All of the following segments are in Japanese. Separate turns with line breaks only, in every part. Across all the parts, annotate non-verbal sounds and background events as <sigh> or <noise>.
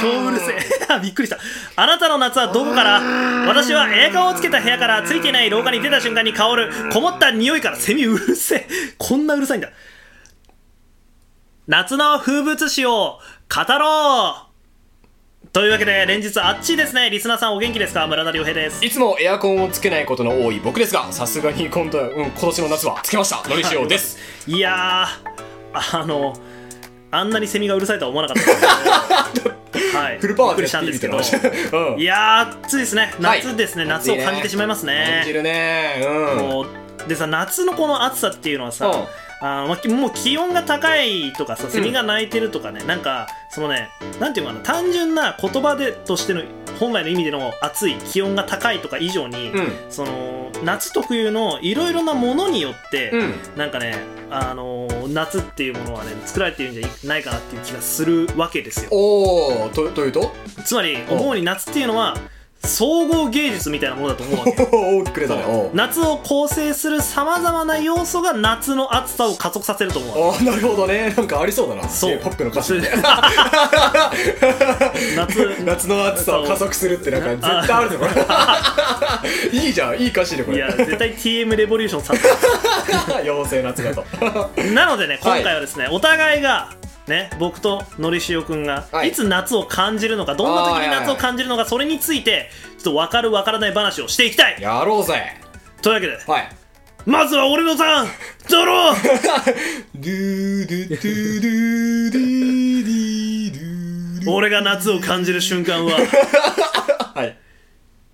超うるせえ <laughs> びっくりしたあなたの夏はどこから私はエアコンをつけた部屋からついていない廊下に出た瞬間に香るこもった匂いからセミうるせえこんなうるさいんだ夏の風物詩を語ろうというわけで連日あっちいですねリスナーさんお元気ですか村田亮平です
いつもエアコンをつけないことの多い僕ですがさすがに今度は、うん、今年の夏はつけましたのりしおです
いやーあのあんなにセミがうるさいとは思わなかったの
<laughs>
ではい
フルパワー
びっくり
で
したんですけど
やっていいみたいな話 <laughs> うん
いやー暑いですね
はい
夏ですね、夏を感じてしまいます
感じ
ね
るねうん
もうでさ夏のこの暑さっていうのはさ、
うん
あーまあきもう気温が高いとかさセミが鳴いてるとかね、なんかそのねなんていうのかな単純な言葉でとしての本来の意味での暑い気温が高いとか以上に、
うん
その夏特有のいろいろなものによって、
うん
なんかね、あのー夏っていうものはね作られているんじゃないかなっていう気がするわけですよ
おおとというと <laughs>
つまり思うに夏っていうのは総合芸術みたいなものだと思うわけ
大きく出たねおう
夏を構成するさまざまな要素が夏の暑さを加速させると思うわ
あーなるほどねなんかありそうだな
そう
K-POP の歌詞
<laughs> 夏
<laughs> 夏の暑さを加速するってなんか絶対あるねこれ <laughs> いいじゃんいい歌詞でこ
い
れ <laughs>
や絶対 TM レボリューションさん
妖精夏だと <laughs>
なのでね
はい
今回はですね、お互いがね、僕とのりしおくんが、、
はいい
つ夏を感じるのかどんな時に夏を感じるのかそれについてちょっと分かる分からない話をしていきたい
やろうぜ
というわけで
はい
まずは俺のターンドロー
<laughs> ドゥドゥドゥドゥディディドゥ
俺が夏を感じる瞬間は
はい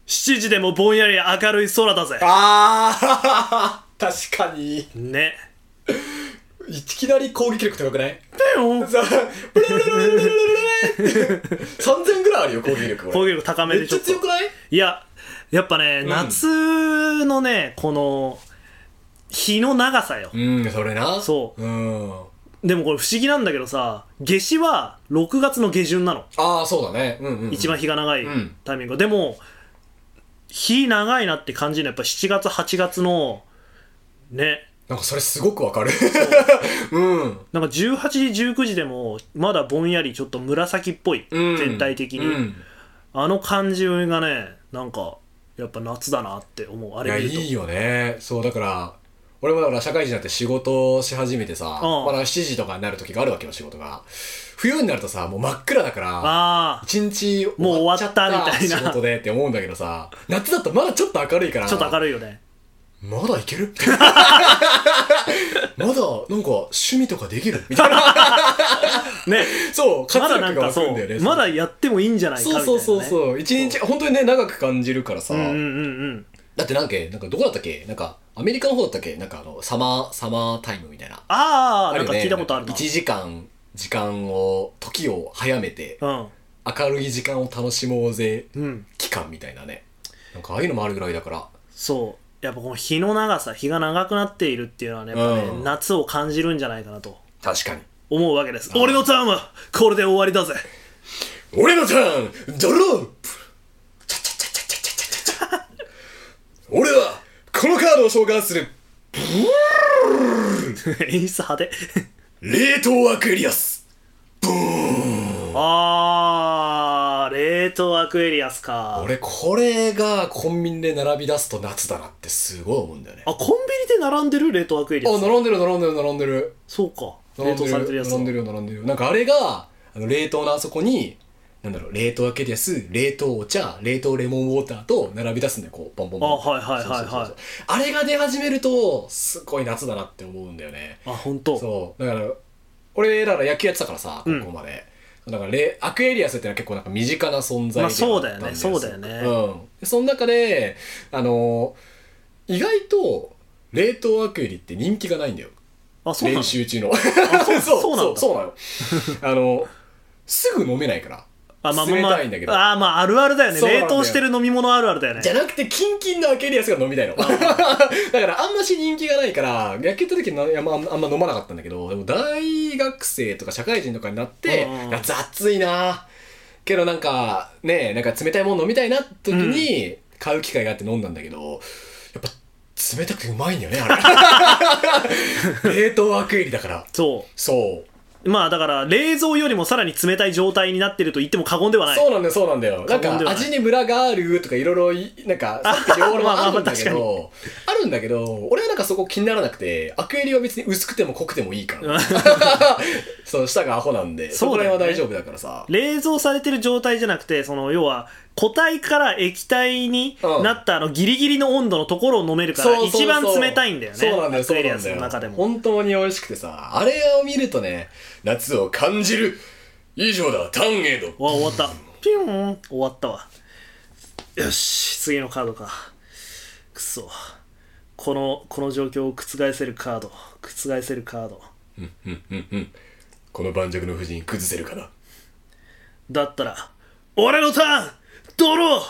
7時でもぼんやり明るい空だぜ
あー確かに
ね
いきなり攻撃力高くないさ3000ぐらいあるよ攻撃力
攻
こ
撃力高め
れめ
で
っ
ち
ち
ょっ
ゃ
と
強くない
いややっぱね、
ん
夏のねこの日の長さよ
うんそれな
そう
うん
でもこれ不思議なんだけどさ夏至は6月の下旬なの
ああそうだねうんうん
一番日が長い
うん
タイミング、でも日長いなって感じるのはやっぱ7月8月のね
なんかそれすごくわかるうん
なんか18時19時でもまだぼんやりちょっと紫っぽい、
うん
全体的に、
うん
あの感じがねなんかやっぱ夏だなって思うあ
い
れ
や
見
い
ると
いよねそうだから俺もだから社会人になって仕事をし始めてさ、
うん
まだ7時とかになる時があるわけよ仕事が冬になるとさもう真っ暗だから
あ
一日
もう終わった
終わっちゃ
みたいな
仕事でって思うんだけどさ夏だとまだちょっと明るいから
あちょっと明
る
るいよね
いまだいける <laughs> まだなんか趣味とかできるみた
<laughs>
いな
ね
そう活
まだな
力
ん
が
か
湧く
そ
んだよね
うまだやってもいいんじゃないかみた
そ
いうな、
そ
ね、
うそうそう一日本当にね長く感じるからさ、
うんうんうんうん
だってなんかなんかどこだったっけなんかアメリカの方だったっけなんかあのサマーサマータイムみたいな
ああ
る
なん
よ
か聞いたことあるな
1時間時間を時を早めて
うん
明るい時間を楽しもうぜ
うん
期間みたいなねなんかああいうのもあるぐらいだから
そうやっぱこの日の長さ日が長くなっているっていうのはねやっぱね、
うん
夏を感じるんじゃないかなと
確かに
思うわけです俺のターンはこれで終わりだぜ <laughs>
俺のターンドロップチャチャチャチャチャチャチャチャ俺はこのカードを召喚する
演出派手
冷凍アクエリアス
あー冷凍アクエリアスか
俺これがコンビニで並び出すと夏だなってすごい思うんだよねあ
あコンビニで並んでる冷凍アクエリアス
並んでる並んでる並んでる
そうか
並
冷
ん
凍
でる
されてるやつ
並んでるよ並んでるよなんかあれがあの冷凍のあそこになんだろう冷凍アケリアス冷凍お茶冷凍レモンウォーターと並び出すんだよこうボンボンボン
あはいはいはいはい
そうそうそうあれが出始めるとすごい夏だなって思うんだよね
あ本当
そうだから俺らが野球やってたからさ
うん
高校まで、だからレアクエリアスってのは結構なんか身近な存在で
ま
は
あ
あ
そうだよね
ったん
そうだよね
うんでその中であの意外と冷凍アクエリって人気がないんだよ
あそうな
練
の
習中の
<laughs> そうそうなんだ
そうなの
<laughs>
あのすぐ飲めないから
あまあまあ
冷
まあ
たいんだけど
あーまああるあるだよね
そうなんだ
冷
よ
凍してる飲み物あるあるだよね
じゃなくてキンキンのアケリアスが飲みたいの <laughs> だからあんまし人気がないから野球やった時なあんまあんま飲まなかったんだけどでも大学生とか社会人とかになって
うん
夏暑いなけどなんかねなんか冷たいもの飲みたいな時に買う機会があって飲んだんだけどやっぱ
<laughs>
冷たくてうまいんだよねあれ冷凍アクエリだから
そ
そう
まあだから冷蔵よりもさらに冷たい状態になってると言っても過言ではない
そうなんだよ、そうなんだよ。なん
過言で
か、
はない
味にムラがあるとかいろいろ、なんか、さっき両論
<laughs> まあまあ
あるんだけ
確
ど、あるんだけど、俺はなんかそこ気にならなくて、アクエリは別に薄くても濃くてもいいから。
<laughs>
<laughs> その舌がアホなんで、そ
そ
こ
う
ら
だよね
辺は大丈夫だからさ。
冷蔵されてる状態じゃなくてその要は固体から液体に
うん
なったあのギリギリの温度のところを飲めるから
そうそうそう
一番冷たいんだよね
そうなんだよ、
アク
そう
エリ
な
ア
ん
ス
だ
の中で
よ。
も
本当に美味しくてさ、あれを見るとね、夏を感じる。以上だ、タンエド。
わ終わったピューン終わったわよし次のカードかくそこのこの状況を覆せるカード覆せるカード
うんうんうん。この盤石の夫人崩せるかな。
だったら俺のターンドロー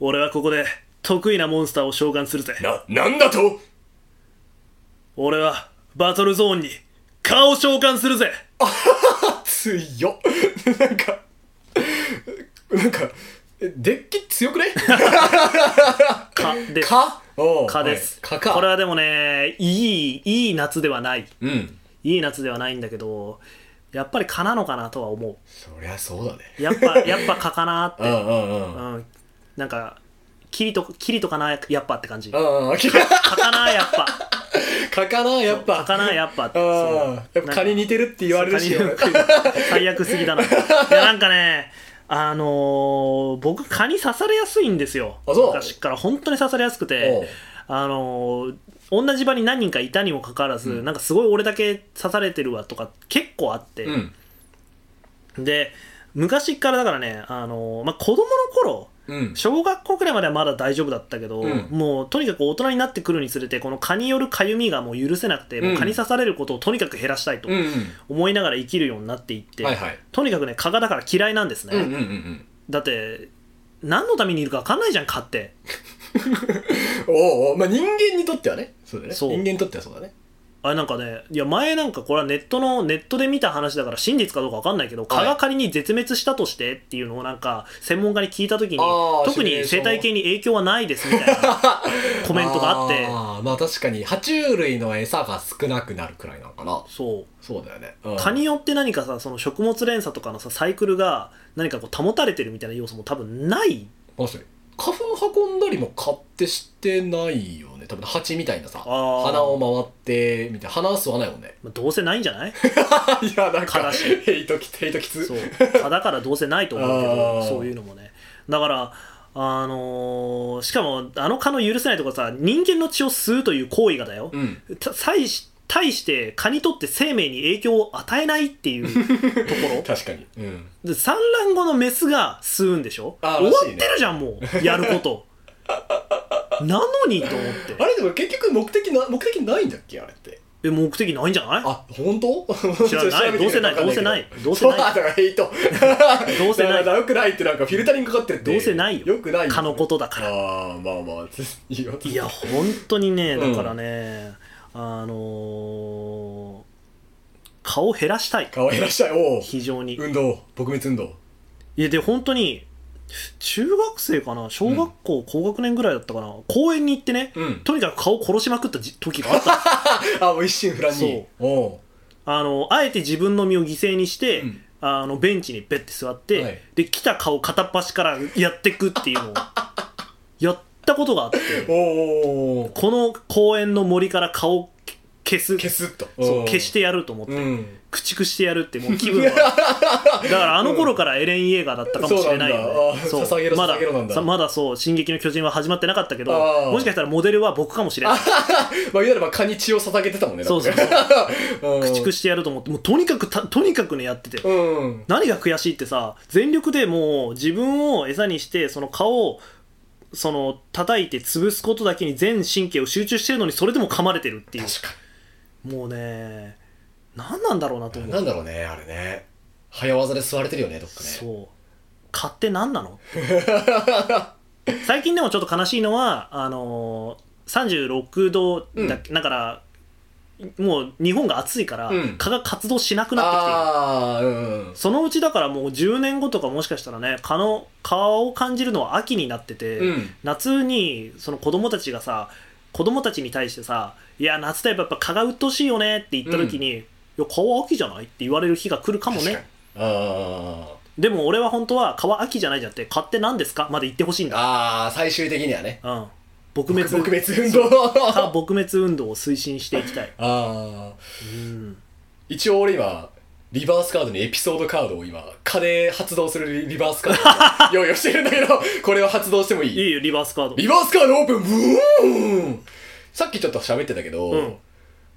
俺はここで得意なモンスターを召喚するぜ
な、なんだと
俺はバトルゾーンに顔を召喚するぜ
強っ <laughs> なんかなんかえデッキ強
<laughs>
くない
かで
かおう
蚊です、
はい蚊か
これはでもねいいいい夏ではない
うん
いい夏ではないんだけどやっぱり蚊なのかなとは思
そりゃそうだね
うやっ
<laughs>
ぱやっぱ蚊かなって
うんうんう
うんんなんかキリとキリとかなやっぱって感じ
う
蚊
んうん
かなやっぱ
<laughs> 蚊かなやっぱ
蚊かなやっぱって
うん
そう
やっぱ蚊に似てるって言われるし
そう蚊に
<laughs>
最悪すぎだないやなんかねあのー僕蚊に刺されやすいんですよ
あそう
昔から本当に刺されやすくて
おう
あのー同じ場に何人かいたにもかかわらず、なんかすごい俺だけ刺されてるわとか結構あって、
うん
で昔からだからね、あのーまあ、子供の頃
うん
小学校くらいまではまだ大丈夫だったけど、
うん
もうとにかく大人になってくるにつれてこの蚊によるかゆみがもう許せなくて、もう蚊に刺されることをとにかく減らしたいと
うん
思いながら生きるようになっていって、
うんはいはい
とにかくね蚊がだから嫌いなんですね、
うんうんうんうん
だって何のためにいるか分かんないじゃん蚊って
おうおうまあ人間にとってはねそうだね
そう
人間にとってはそうだね
あれなんかねいや前なんかこれはネットのネットで見た話だから真実かどうか分かんないけど蚊が仮に絶滅したとしてっていうのをなんか専門家に聞いた時に
あー
特
シミュレ
に
ーション
生態系に影響はないですみたいな
<laughs>
コメントがあって
あーまあ確かに爬虫類の餌が少なくなるくらいなのかな
そう
そうだよねうん
蚊によって何かさその食物連鎖とかのさサイクルが何かこう保たれてるみたいな要素も多分ない
マジで花粉運んだりも買ってしてないよね多分蜂みたいなさ
あー
鼻を回ってみたいな鼻すわないもんね
まあどうせないんじゃない
いやなん
悲し
ヘイトきヘイトきつ
そう蚊だからどうせないと思うけ
あー
どそういうのもねだからあのーしかもあの蚊の許せないとこさ人間の血を吸うという行為がだよ、
うん
た対し対して蚊にとって生命に影響を与えないっていう
<laughs>
とこ
確かにうん
ろで産卵後のメスが吸うんでしょ
あー
終わ
らしいね
ってるじゃんもうやること
<laughs>
なのにと思って
あれでも結局目的な目的ないんだっけあれって
え目的ないんじゃない
あ本当 <laughs>
知らない
調べて
どう
みか
せ
わかん
ない
け
どうせない
そうだからヘイト
どうせない
だからよくないってなんかフィルタリングかかってる
どうせないよ
よくない
蚊のことだから
ああまあ <laughs> まあついいよ
いや本当にね
うん
だからね、あのー顔を減らしたい
かわいらっしゃいおう
非常に
運動撲滅運動
いやで本当に中学生かな小学校、高学年ぐらいだったかな公園に行ってね、
うん
とにかく顔を殺しまくったじ時があ
<laughs>
った
あもう一心不乱におう
あのあえて自分の身を犠牲にして、
うん
あのベンチにベッて座って、
はい
で来た顔片っ端からやってくっていうのをやったことがあって
おお
この公園の森から顔を消す
消すと
そう消しててやると思って、
うん <laughs>
駆逐してやるってもう気分はだからあの頃からエレン・イエーガーだったかもしれないよね
そうなんだあー捧げろ
まだ
捧げろなんだ
さまだそう「進撃の巨人」は始まってなかったけど
あー
もしかしたらモデルは僕かもしれない
まあ言うなれば蚊に血を捧げてたもんね
そうそう
なんかうん
駆逐してやると思ってもうとにかくたとにかくねやってて
うん
何が悔しいってさ全力でもう自分を餌にしてその顔をその叩いて潰すことだけに全神経を集中してるのにそれでも噛まれてるっていう
確か
もうね何なんだろうなと思
に
う
なんだろうねあれね早技で吸われてるよねどっかね
そう買って何
<laughs>
なの最近でもちょっと悲しいのはあのー、36度だ,、だからもう日本が暑いから、
うん
蚊が活動しなくなってきている
ああうんうん
そのうちだからもう10年後とかもしかしたらね蚊の蚊を感じるのは秋になってて、
うん
夏にその子供たちがさ子供たちに対してさ「いや夏だよやっぱ蚊が鬱陶しいよね」って言った時に、いや川秋じゃないって言われる日が来るかもね
あ
でも俺は本当は川秋じゃないじゃなくて買って何ですかまで言ってほしいんだ
あー最終的にはね
うん撲滅
撲滅運動
か
<laughs>
撲滅運動を推進していきたい
ああ
うん
一応俺今リバースカードにエピソードカードを今蚊で発動するリリバースカ
<laughs>
ードを用意をしてるんだけどこれを発動してもいい
いいよリバースカード
リバースカードオープンブーンさっきちょっと喋ってたけど、
うん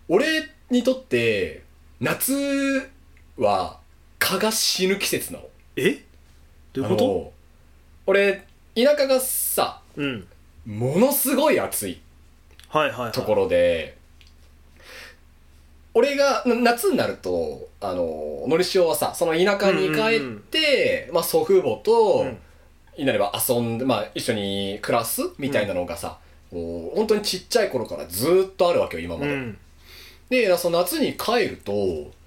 俺にとって夏は蚊が死ぬ季節なの
えどういう
あ
こと
の俺田舎がさ
うん
ものすごい暑い
はいはいはい
ところで、俺がな夏になるとあののりしおはさその田舎に帰って、まあ、祖父母と、
うん
いなれば遊んで、まあ、一緒に暮らすみたいなのがさ、こう本当にちっちゃい頃からずっとあるわけよ今ま
う
で、
ん
でその夏に帰ると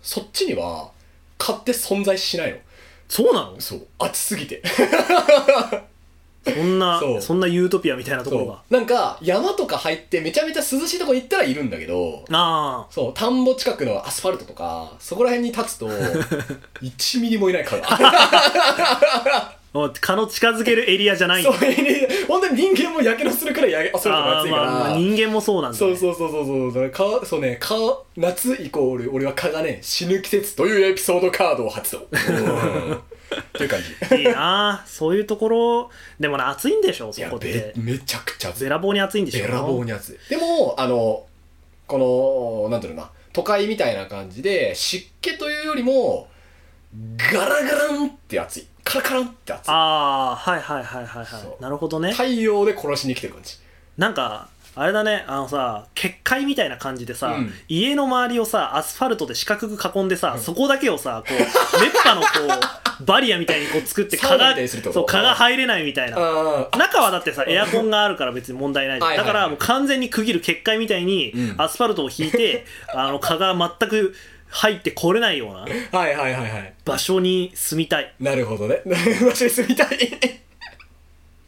そっちには買って存在しないの
そうなの
そう暑すぎて
そんな
そう
そんなユートピアみたいなところが
そうなんか山とか入ってめちゃめちゃ涼しいとこ行ったらいるんだけど
あ
そう田んぼ近くのアスファルトとかそこら辺に
<laughs>
立つと1ミリもいない蚊が
あお蚊の近づけるエリアじゃないん
<laughs> そ
だ
う本当に人間もやけどするくらいやけそれとか
あ
暑
ー
いから、
まあまあ人間もそうなんだ
そう
ね
そうそうそうそうだからかそうねか夏イコール俺は蚊がね死ぬ季節というエピソードカードを
<laughs>
発動っていう感じ
いいなそういうところでもな暑いんでしょ
い
そ
や
こっ
べ
て
めちゃくちゃ暑
べ
い
らぼうに暑いんでし
べ
ょ
らぼうに暑いでもあのこのなんていうのかな都会みたいな感じで湿気というよりもガラガランって暑いカラカランって暑い
ああはいはいはいはいは
そう
いなるほどね
太陽で殺しに来てる感じ
なんかあれだねあのさ結界みたいな感じでさ、
うん
家の周りをさアスファルトで四角く囲んでさ、そこだけをさこう熱波のこ
<laughs>
うバリアみたいにこう作って
サ
蚊
ウ
が
ナみたいにするとこ
そう蚊が入れないみたいな
ああ
中はだってさエアコンがあるから別に問題ないじゃん
はいはい
だからもう完全に区切る結界みたいに
うん
アスファルトを引い
<laughs>
て、あの蚊が全く入ってこれないような
はいはいはいはい
場所に住みたい
なるほど <laughs> ね場所に住みたい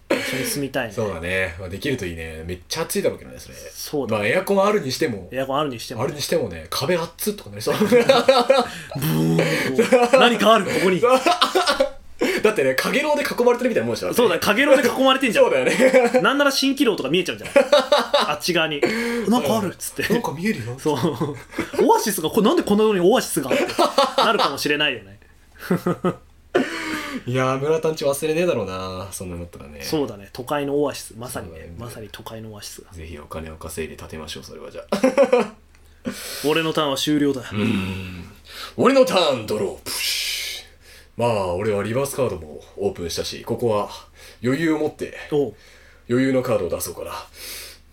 場所に住みたいね
そうだね、まあ、できるといいねめっちゃ暑いだろうけどねそれ
そうだ
まあエアコンあるにしても
エアコンあるにしても
あるにしてもね壁あっつとかな <laughs> りそう
何かあるここ
<laughs>
に
だってねかげろうで囲まれてるみたいなもんでしょ
そうだよ、かげろうで囲まれてんじゃん
そうだ <laughs> よね
なんなら蜃気楼とか見えちゃうんじゃない
<laughs>
あっち側に。なんかあるっつっ
なん
て。
か見えるよ
そう。オアシスが、これなんでこのようにオアシスがってなるかもしれないよね。
いやー村田んち忘れねえだろうなそんなのだったらね
そうだね、都会のオアシス。まさに
そうだ
ね
ね、
まさに都会のオアシスが。
ぜひお金を稼いで建てましょうそれはじゃあ <laughs>
俺のターンは終了だ。
俺のターンドロープまあ俺はリバースカードもオープンしたしここは余裕を持って
おう
余裕のカードを出そうかな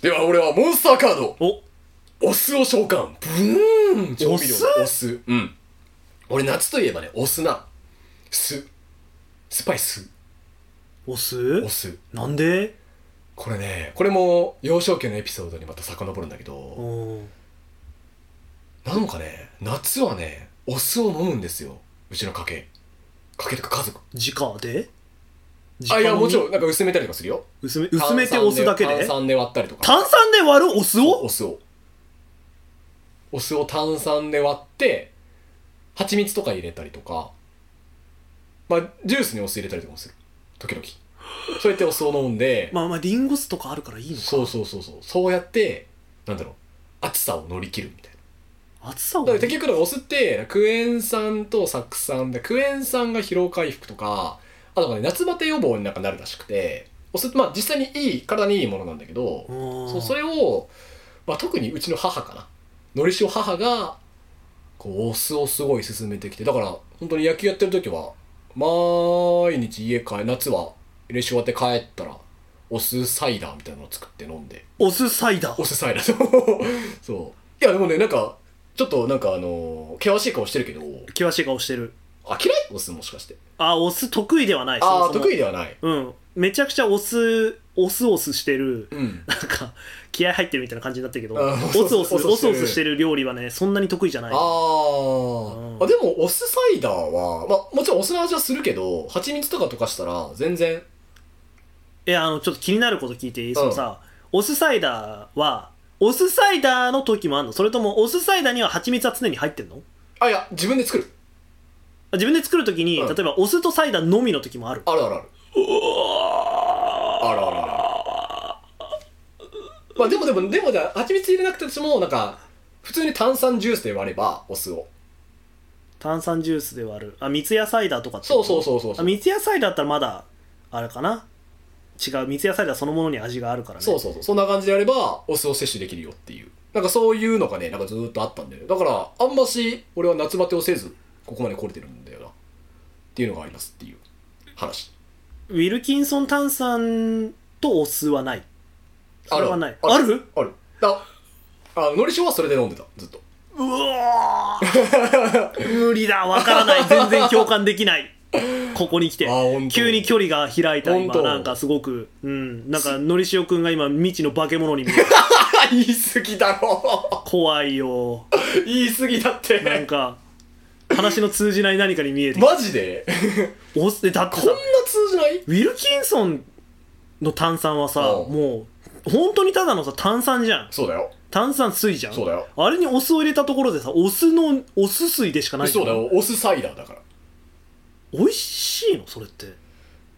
では俺はモンスターカード
お
お酢を召喚ブーン調味料のお酢うん俺夏といえばねお酢な酢スパイス
お酢
お酢
なんで
これねこれも幼少期のエピソードにまた遡るんだけ
う
ど
ん。
なんかね夏はねお酢を飲むんですようちの家系家計とか家族
直で
あいやもち
ん。
ろんなんか薄めたりとかするよ
薄め薄めてお酢だけ
炭
で
酸で割ったりとか
炭酸で割るお酢を
お酢をお酢を炭酸で割って蜂蜜とか入れたりとかまあジュースにお酢入れたりとかもする時々そうやってお酢を飲んで、
まあまあ、リンゴ酢とかあるからいいのか。
そうそうそうそうそうやってなんだろう暑さを乗り切るみたいな
暑さを
だから結局だからお酢ってクエン酸と酢酸でクエン酸が疲労回復とかあとはね夏バテ予防になんかなるらしくてお酢ってまあ実際にいい体にいいものなんだけど
うん
そうそれを、まあ、特にうちの母かなのりしお母がこうお酢をすごい勧めてきてだから本当に野球やってる時は毎日家帰夏は練習終わって帰ったらお酢サイダーみたいなのを作って飲んで
お酢サイダー
お。酢サイダーそう <laughs> そういやでもねなんかちょっとなんかあの険しい顔してるけど
険しい顔してる。
あ嫌いお酢もしかして
あ、お酢得意ではない。そも
ああ
そも
得意ではない
うん。めちゃくちゃお酢、お酢お酢してる、
うん
なんか、気合入ってるみたいな感じになってるけど、
あ
お酢お酢、
お
お
酢
酢
お
お
酢
酢
し
しててる料理はね、そんなに得意じゃない。
あ
う
ー
ん
あでもお酢サイダーは、まあ、もちろんお酢の味はするけど蜂蜜とか溶かしたら全然
え、あの、ちょっと気になること聞いていいそのさ、お酢サイダーは、お酢サイダーの時もあんのそれとも、お酢サイダーには蜂蜜は常に入ってんの
あいや自分で作る
自分で作るときに、
うん
例えばお酢とサイダーのみの時もある
あるあるあるあるあるあるまあでもでもでもじゃあ蜂蜜入れなくてもなんか普通に炭酸ジュースで割ればお酢を
炭酸ジュースで割るあ三ツ矢サイダーとかって
そうそう
う
そうそうそう
三ツ矢サイダーだったらまだあれかな違う三ツ矢サイダーそのものに味があるからね
そうそうそうそんな感じでやればお酢を摂取できるよっていうなんかそういうのがねなんかずーっとあったんだよねだからあんまし俺は夏バテをせずここまで来れてるんだよなっていうのがありますっていう話
ウィルキンソン炭酸とお酢はないそれはない
ある
ある
あるだあのりしおはそれで飲んでたずっと
うおー無理だわからない全然共感できないここに来て
あー本当
急に距離が開いた
本
今
当
なんかすごくうんなんかのりしおくんが今未知の化け物に見える
言い過ぎだろ
怖いよ
言い過ぎだっ
なん
て
か話の通じない何かに見えてきた
マジで
お酢でだって
こん
さ
な通じない
ウィルキンソンの炭酸はさ
うん
もう本当にただのさ炭酸じゃん
そうだよ
炭酸水じゃん
そうだよ
あれにお酢を入れたところでさお酢のお酢水でしかないじゃ
そ
ん
うだよお酢サイダーだからい
美味しいのそれって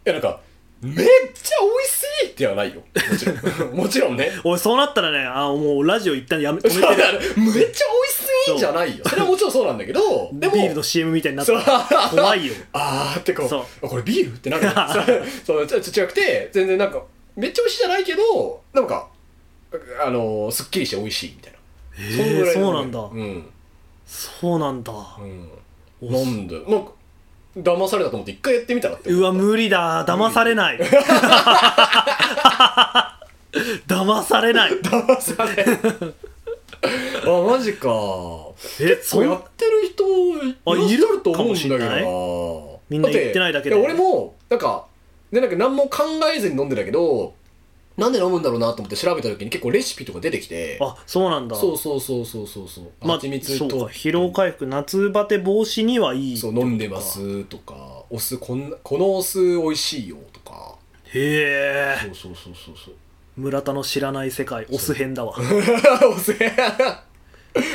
やなんかめっちゃ美味しいではないよもちろ <laughs> んもちろんね
おいそうなったらねあもうラジオ一旦やめ止
そうだ
めて
からめっちゃ美味しすぎんじゃないよそれはもちろんそうなんだけ
<laughs>
どでも
ビールの CM みたいになって
そう
る怖いよ
<laughs> あーってこう
そう
あこれビールってな
<laughs>
るそうそうちょ違くて全然なんかめっちゃ美味しいじゃないけどなんかあのーすっきりして美味しいみたいなそんぐら
え
い
ー、そう
の
なんだ、
うん、
そうなんだ、
うん、なんでなんか騙されたと思って一回やってみたらって
うわ無理だ騙され
<laughs>
ない <laughs> 騙されない
<laughs> 騙されあマジか
えそ
や
ん
ってる人
あ
いらっしゃると思うん
いるか
だけど
みんな言ってないだけで
だっていや俺もなんかでなんか何も考えずに飲んでたけどなんで飲むんだろうなと思って調べた時に結構レシピとか出てきて
あそうなんだ
そうそうそうそうそうそう
まあ
蜂蜜
そうか
と
疲労回復夏バテ防止にはいい
そう飲んでますとかお酢こんなこのお酢美味しいよとか
へえ
そうそうそうそうそう
村田の知らない世界オス編だわ
<laughs> お酢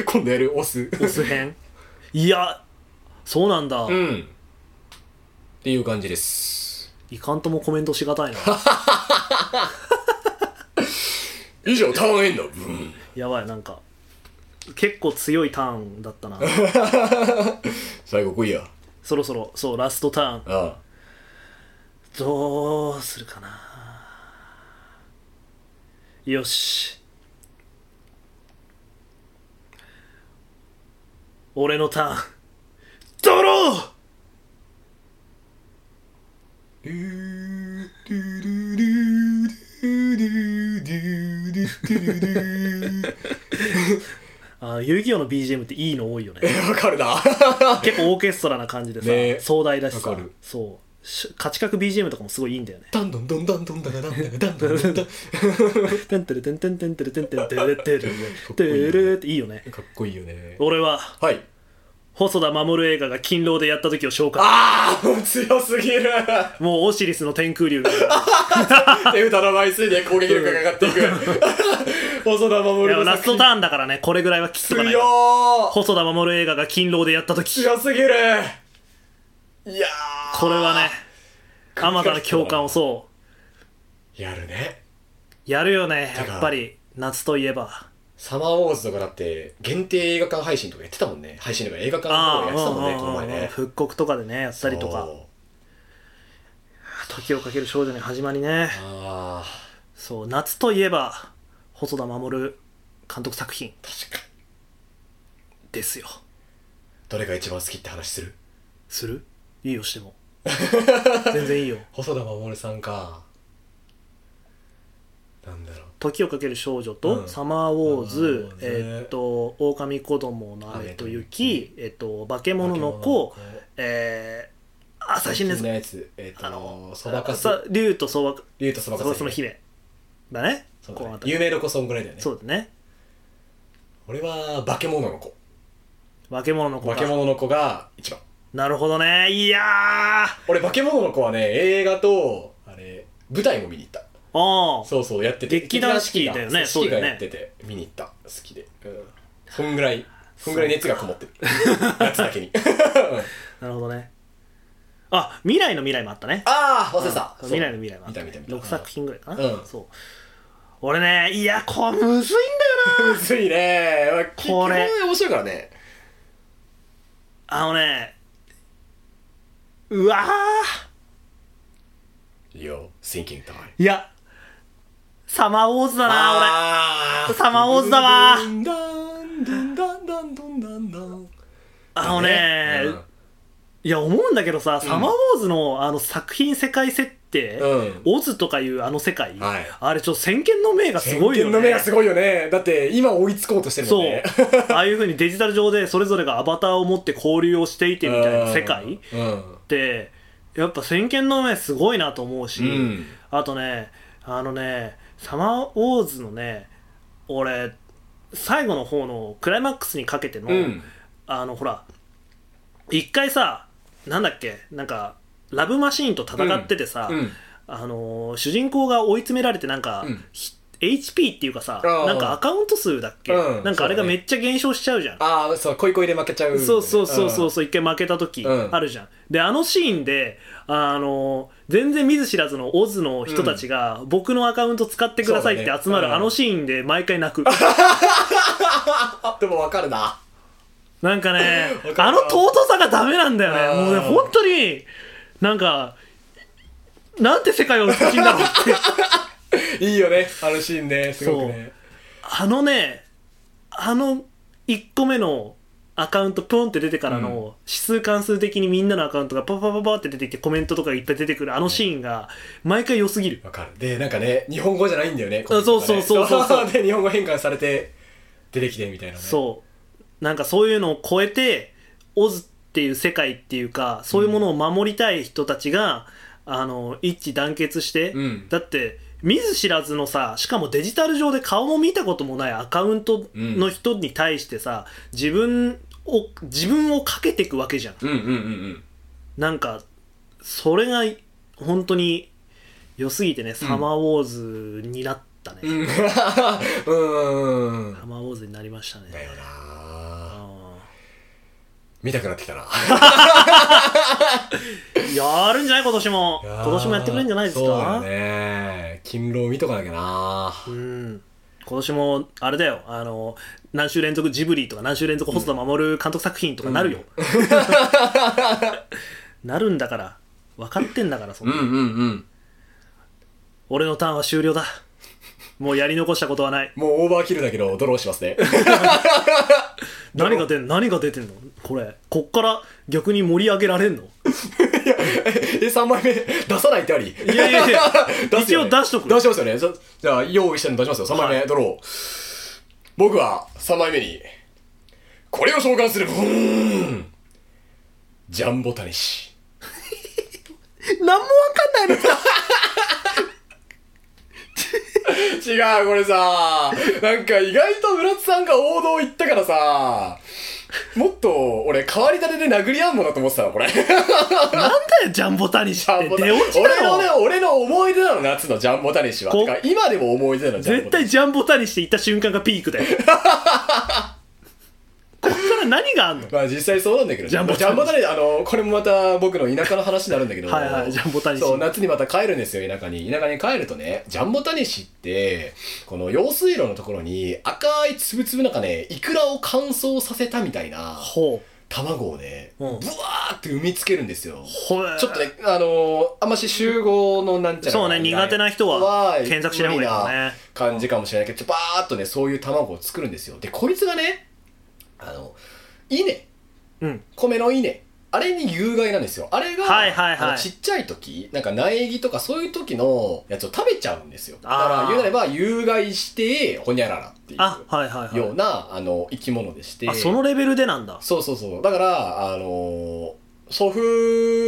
今度やるお酢
オス編いやそうなんだ、
うんっていう感じです
いかんともコメントしがたいな
以上ターンエンドうん
やばいなんか結構強いターンだったな
最後来いや
そろそろそうラストターン
あ
どうするかなよし俺のターンドロー
あわ
あー遊戯王の BGM っていいの多いよね
かるな
<laughs> 結構オーケストラな感じでさ、
ね
壮大だしさ
わかる
そうし価値観 BGM とかもすごいいいんだよね
ダンドンドンダンドンダンダンダンダンダンダンダン
「てんてるてんてんてんてるてんてんてるてるてる」っていいよね
かっこいいよね
俺は
はい
細田守映画が勤労でやった時を紹介
ああ強すぎる
もうオシリスの天空竜みたいな
手札の枚数で攻撃力が上がって
<laughs>
いく細田守
いや
の
ラストターンだからねこれぐらいはきつ
強
くない
ー
細田守映画が勤労でやった時
強すぎるいやー
これはねあまたの共感をそう
やるね
やるよね
か
やっぱり夏といえば
サマーウォーズとかだって限定映画館配信とかやってたもんね配信とか映画館とかやってたもんね
あ
こ
ー
の前
うんうんうん
ね
復刻とかでねやったりとか
そう
時をかける少女に始まりね
あ
そう夏といえば細田守監督作品
ー確かに
ですよ
どれが一番好きって話する
するいいよしても全然いいよ
細田守さんかなんだろう
時をかける少女
う
と
ん
サマーウォー
サマ
ズ
ーウォー、ズ
えっと、狼子供の雨と雪、えっと、化け物の子、えー、朝日新です
のやつえっ、
あ
と
の
そばかす
さ竜とそばか
竜とそば
そ
か
ば
す
の姫だね
そう
こ
だ
の
ね
辺り
有名どこそんぐらいだよね
そうだね
俺は化け物の子
化け物の子
化
か
け物の子が一番
なるほどねいやー
俺化け物の子はね映画とあれ舞台も見に行った
ああ
そうそうやってて
劇団四季だよね
劇団四季が
そうだよね
やってて見に行った好きで、うんそんぐらいそんぐらい熱がこ
<laughs>
もってる夏だけに
なるほどねあ未来の未来もあったね
ああ忘れてた、
うん
そう
未来の未来もあった,、
見た見た見た
6作品ぐらいかな、
うん
そう俺ねいやこれむずいんだよな
むずいねまあ結局
これ
面白いからね
あのねうわー
Yo thinking time
いやサマーウォーズだな
あー
俺サマーウォーズだわ
ドゥンダンドゥンダンダンドゥンダンダン
あのね
うん
いや思うんだけどさ、サマーウォーズのあの作品世界設定、
うん
オズとかいうあの世界、
はい
あれちょっと先見の明がすごいよね
先見の目がすごいよねだって今追いつこうとしてるもんね
<laughs> そうああいうふうにデジタル上でそれぞれがアバターを持って交流をしていてみたいな世界っ
うん
てやっぱ先見の明すごいなと思うし、
うん
あとねあのねサマーウォーズのね俺最後の方のクライマックスにかけての、
うん
あのほら一回さなんだっけなんかラブマシーンと戦っててさ、
うん
あのー主人公が追い詰められてなんか、
うん
ひ HP っていうかさ
あー
なんかアカウント数だっけ、
うん
なんかあれが
そうだ
め
ね
っちゃ減少しちゃうじゃん
ああそう恋恋で負けちゃう
そうそうそうそ
ん
うそう一回負けた時
うん
あるじゃん、であのシーンであの全然見ず知らずのオズの人たちが、僕のアカウント使ってくださいって集ま
そうだ
る
ね
あのシーンで毎回泣
<laughs>
く、
あでもわかるな
なんかね
わか
あ
る
の尊さがダメなんだよねもうね
あー
本当になんかなんて世界は美しいんだろうって
いいよねあのシーンねすごくね
あのねあの1個目のアカウントポンって出てから
うん
の指数関数的にみんなのアカウントがパパパパって出てきてコメントとかがいっぱい出てくるあのシーンが毎回良すぎる
わかるでなんかね日本語じゃないんだよね
あそうそうそうそうそう
で日本語変換されて出てきてみたいなね
そうなんかそういうのを超えてオズっていう世界っていうかそういうものを守りたい人たちが、あの一致団結して、
うん
だって見ず知らずのさしかもデジタル上で顔も見たこともないアカウントの人に対してさ、自分を自分をかけていくわけじゃん
うんうんうんうん
なんかそれが本当に良すぎてね、サマーウォーズになったね、
うんうん
サマーウォーズになりましたね
だよな
あ
見たくなってきたな
ーやるんじゃない今年も今年もやってくれるんじゃないですか
そうだね勤労見とかなきゃな
うん今年もあれだよあの何週連続ジブリとか何週連続細田守監督作品とかなるよ、なるんだから分かってんだからそん
うん
な
うんうん
俺のターンは終了だもうやり残したことはない
もうオーバーキルだけどドローしますね
何が出ん何が出てんのこれこっから逆に盛り上げられんの
<laughs> え3枚目出さないってあり
いやいやいや
<laughs> 出すよ
一応
ね
出しとく
出しますよねじゃじゃあ用意したの出しますよ3枚目、
はい
ドロー僕は3枚目にこれを召喚するブーンジャンボタニシ
<laughs> 何も分かんないの
違うこれさなんか意外と村津さんが王道行ったからさもっと俺変わり種で殴り合うもんだと思ってたのこれ
なんだよジャンボタニシって出落ちだ
俺のね
よ
俺の思い出なの夏のジャンボタニシは
こ
てか今でも思い出なのジャン
絶
ボタ
対
ニシ
ジャンボタニシって言った瞬間がピークだ
<laughs>
よこっから何があんの
まあ実際そうなんだけどね
ジャンボタニシ
ジャンボタニシあのこれもまた僕の田舎の話になるんだけど
<laughs> はいはいジャンボタニシ
そう夏にまた帰るんですよ田舎に田舎に帰るとねジャンボタニシってこの用水路のところに赤いつぶつぶなんかねイクラを乾燥させたみたいな
ほう
卵をね、
うん
ぶわーって産みつけるんですよ
ほえ
ちょっとねあのーあんまし集合のなんちゃら
そうね苦手な人は検索しない方がいい
ね
からね
感じかもしれないけどちょバーっとねそういう卵を作るんですよでこいつがねあの稲
うん
米の稲あれに有害なんですよあれが、
はいはいはい
あのちっちゃい時なんか苗木とかそういう時のやつを食べちゃうんですよだ
あー
から言うなれば有害してほにゃららってい
あ
う
はいはいは
よう
い
なあの生き物でして
あそのレベルでなんだ
そうそうそうだからあのー祖父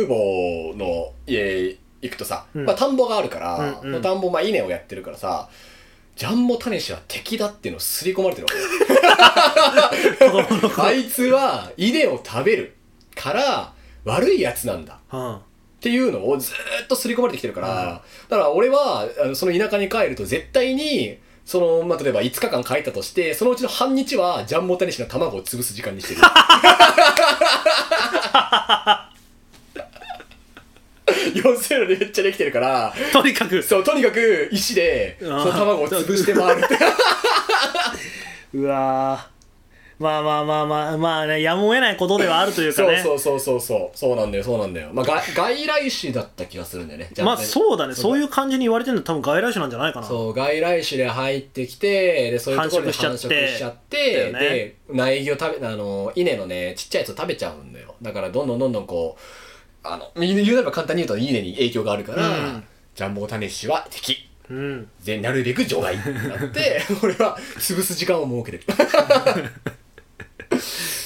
母の家行くとさ、
うん
まあ、田んぼがあるから、
うんうん
田んぼまあ稲をやってるからさジャンボタネシは敵だっていうのを刷り込まれてるわ
<laughs>
け
子供の頃
あいつは稲を食べるから悪いやつなんだ
うん
っていうのをずーっと刷り込まれてきてるから、だから俺はあのその田舎に帰ると絶対にその、まあ、例えば5日間帰ったとして、そのうちの半日はジャンボタニシの卵を潰す時間
<laughs>
にしてる。40でめっちゃできてるから、
とにかく
そう、とにかく石で、そ
あー
の卵を潰して回
<laughs>
るって。
うわーまあまあまあまあまあねやむを得ないことではあるというか
そう
ね
そうそうそうそう。そうなんだよ、そうなんだよ。まあ、が外来種だった気がするんだよね。ジャンボ
まあ
タニシ
そうだねそういう感じに言われてるの多分外来種なんじゃないかな
そう外来種で入ってきてでそういうところで繁
繁
殖
殖
し
し
ち
ち
ゃ
ゃ
っ
ってだよね
で苗木を食べあの稲のねちっちゃいやつを食べちゃうんだよだからどんどんどんどんこうあの言う言うならば簡単に言うと稲に影響があるから、
うん
ジャンボタネシは敵
うん
でなるべく除外ってなって <laughs> 俺は潰す時間を設けてる
<laughs>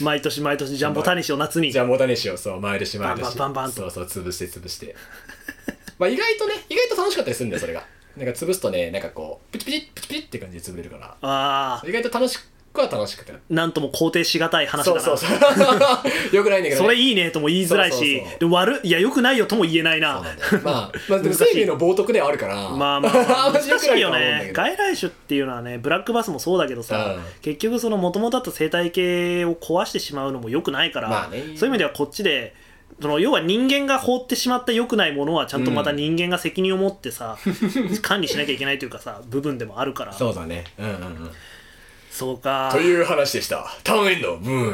毎年毎年ジャンボタニシを夏に
ジャンボタネシをそう毎年毎年
バンバンバンバン
そ
と
うそう潰して潰してまあ意外とね意外と楽しかったりするんだよそれがなんか潰すとねなんかこうプチプチプチプチって感じで潰れるから
ああ
意外と楽しくは楽しくて
なんとも肯定しがたい話だ
そう
な
そうそう。 <laughs> よくないんだけど、
そ
ね。
れいいねとも言いづらいし
そうそうそう
で悪いいやよくないよとも言えない
そう
な
なんだよまあ、まあ、でも
難しい
生命の冒涜ではあるから。
まあまあまあ
<laughs> んまり良
難
く
し
ないと
よ
は思うんだ
ね
けど
外来種っていうのはねブラックバスもそうだけどさ、
うん
結局その元々あった生態系を壊してしまうのも良くないから、
まあ
そう
ね
いう意味ではこっちでその要は人間が放ってしまった良くないものはちゃんとまた人間が責任を持って
<laughs>
さ、管理しなきゃいけないというかさ部分でもあるから
<laughs> そうだね。うんうんうん。
そうか
という話でした。ターンエンド、ブーン。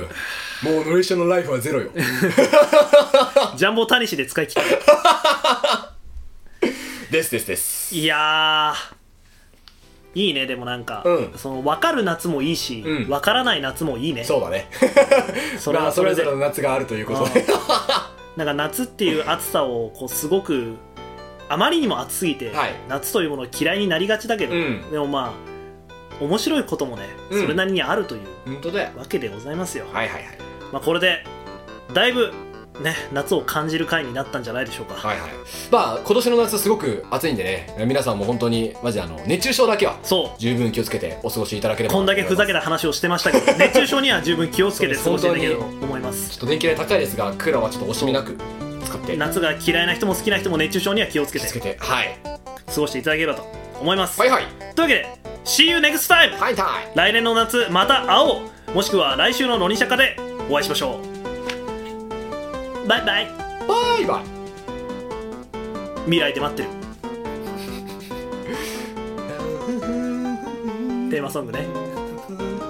もうノリションのライフはゼロよ。
ジャンボタニシで使い切っ
ですですです。
たいやーいいねでもなんか、
うん
その分かる夏もいいし、
うん
分からない夏もいいね
そうだね。
それ
まあ、
は
そ
それ
れ
で
ぞれの夏があるということで。
なんか夏っていう暑さをこうすごくあまりにも暑すぎて、
はい
夏というものを嫌いになりがちだけど、
うん
でもまあ面白いこともね
うん
それなりにあるという
本当だよ。
わけでございますよ、
はいはいはい。
まあ、これでだいぶね夏を感じる回になったんじゃないでしょうか、
はいはい。まあ、今年の夏すごく暑いんでね、皆さんも本当に、マジであの、熱中症だけは
そ
十分気をつけてお過ごしいただけれ
う
ばな
ことん
思
だ
い
け
ます。
ふざけた話をしてました
<laughs>
けど熱中症には十分気をつけて過
そう
ご
です
していただければと思います
ちょっと電気代高いですが、クーラーはちょっと惜しみなく使って、
夏が嫌いな人も好きな人も熱中症には気をつけ
気をつ
て
けて、はい。
過ごしていただければと思います、
はいはい。
というわけで See you next time!
はいはい。
来年の夏また会おうもしくは来週の「のにしゃか」でお会いしましょうバイバイ
バイバイ。
未来で待って
<laughs>
るテーマソングね
<laughs>
<laughs>
Ooh.